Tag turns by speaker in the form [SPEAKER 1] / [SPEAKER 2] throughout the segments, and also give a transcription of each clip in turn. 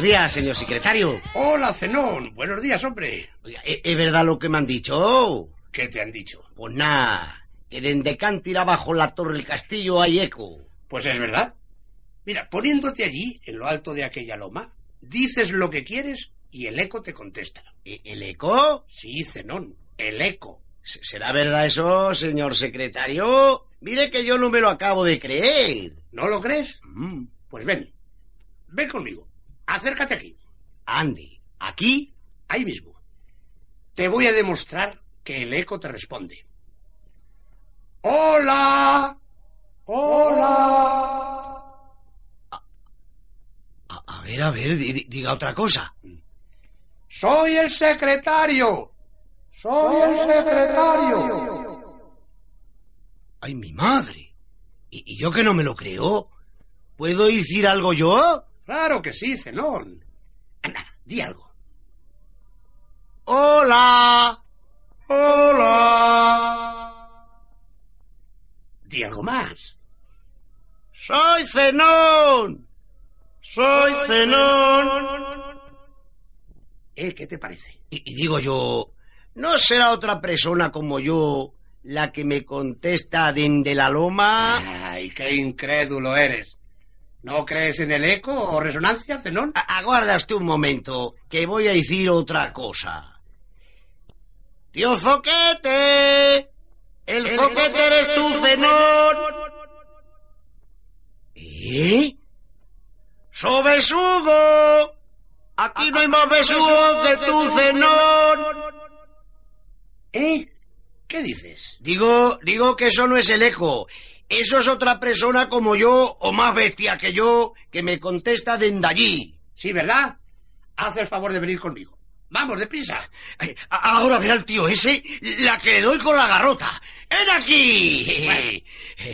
[SPEAKER 1] días, señor secretario.
[SPEAKER 2] Hola, Zenón. Buenos días, hombre.
[SPEAKER 1] Oiga, ¿e- ¿Es verdad lo que me han dicho? Oh,
[SPEAKER 2] ¿Qué te han dicho?
[SPEAKER 1] Pues nada, que desde Cántira bajo la torre del castillo hay eco.
[SPEAKER 2] Pues es verdad. Mira, poniéndote allí, en lo alto de aquella loma, dices lo que quieres y el eco te contesta.
[SPEAKER 1] ¿E- ¿El eco?
[SPEAKER 2] Sí, Zenón, el eco.
[SPEAKER 1] ¿Se- ¿Será verdad eso, señor secretario? Mire que yo no me lo acabo de creer.
[SPEAKER 2] ¿No lo crees?
[SPEAKER 1] Mm.
[SPEAKER 2] Pues ven, ven conmigo. Acércate aquí,
[SPEAKER 1] Andy, ¿aquí?
[SPEAKER 2] ahí mismo. Te voy a demostrar que el eco te responde. ¡Hola! ¡Hola!
[SPEAKER 1] A, a ver, a ver, di- di- diga otra cosa.
[SPEAKER 2] ¡Soy el secretario! ¡Soy el secretario!
[SPEAKER 1] ¡Ay, mi madre! ¿Y, y yo que no me lo creo? ¿Puedo decir algo yo?
[SPEAKER 2] Claro que sí, Zenón. Anda, di algo.
[SPEAKER 1] ¡Hola! ¡Hola!
[SPEAKER 2] Di algo más.
[SPEAKER 1] ¡Soy Zenón! ¡Soy Zenón!
[SPEAKER 2] ¿Eh? ¿Qué te parece?
[SPEAKER 1] Y, y digo yo, ¿no será otra persona como yo la que me contesta dende la loma?
[SPEAKER 2] ¡Ay, qué incrédulo eres! ¿No crees en el eco o resonancia, Zenón?
[SPEAKER 1] A- Aguarda usted un momento, que voy a decir otra cosa. ¡Tío Zoquete! ¡El, Zoquete eres tú, Zenón! ¿Eh? ¡Sobesugo! ¡Aquí no hay más besugo que tú, Zenón!
[SPEAKER 2] ¿Eh? ¿Qué dices?
[SPEAKER 1] Digo, digo que eso no es el eco. Eso es otra persona como yo, o más bestia que yo, que me contesta dende allí.
[SPEAKER 2] Sí, ¿verdad? Haz el favor de venir conmigo. Vamos, deprisa.
[SPEAKER 1] Ay, a- Ahora verá el tío ese la que le doy con la garrota. ¡Ven aquí!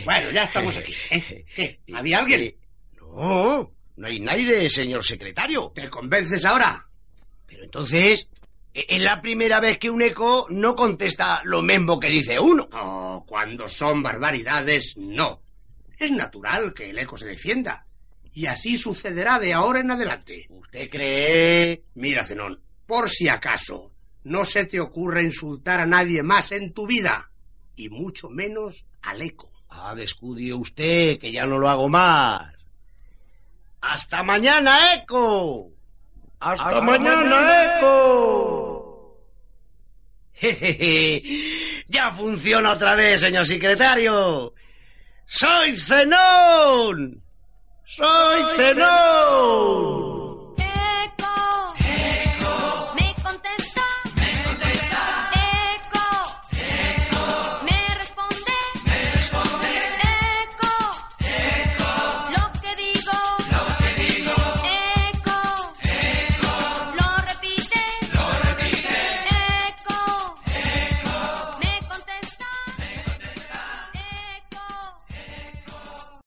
[SPEAKER 2] Bueno, ya estamos aquí. ¿eh? ¿Qué? ¿Había alguien?
[SPEAKER 1] Eh, No, no hay nadie, señor secretario.
[SPEAKER 2] ¿Te convences ahora?
[SPEAKER 1] Pero entonces, e- es la primera vez que un eco no contesta lo mismo que dice uno.
[SPEAKER 2] Oh, cuando son barbaridades, no. Es natural que el eco se defienda. Y así sucederá de ahora en adelante.
[SPEAKER 1] ¿Usted cree?
[SPEAKER 2] Mira, Zenón, por si acaso, no se te ocurre insultar a nadie más en tu vida, y mucho menos al eco.
[SPEAKER 1] Ah, descudie usted, que ya no lo hago más. ¡Hasta mañana, eco! ¡Hasta, mañana, eco! Jejeje. Ya funciona otra vez, señor secretario. ¡Soy Zenón! ¡Soy, Zenón!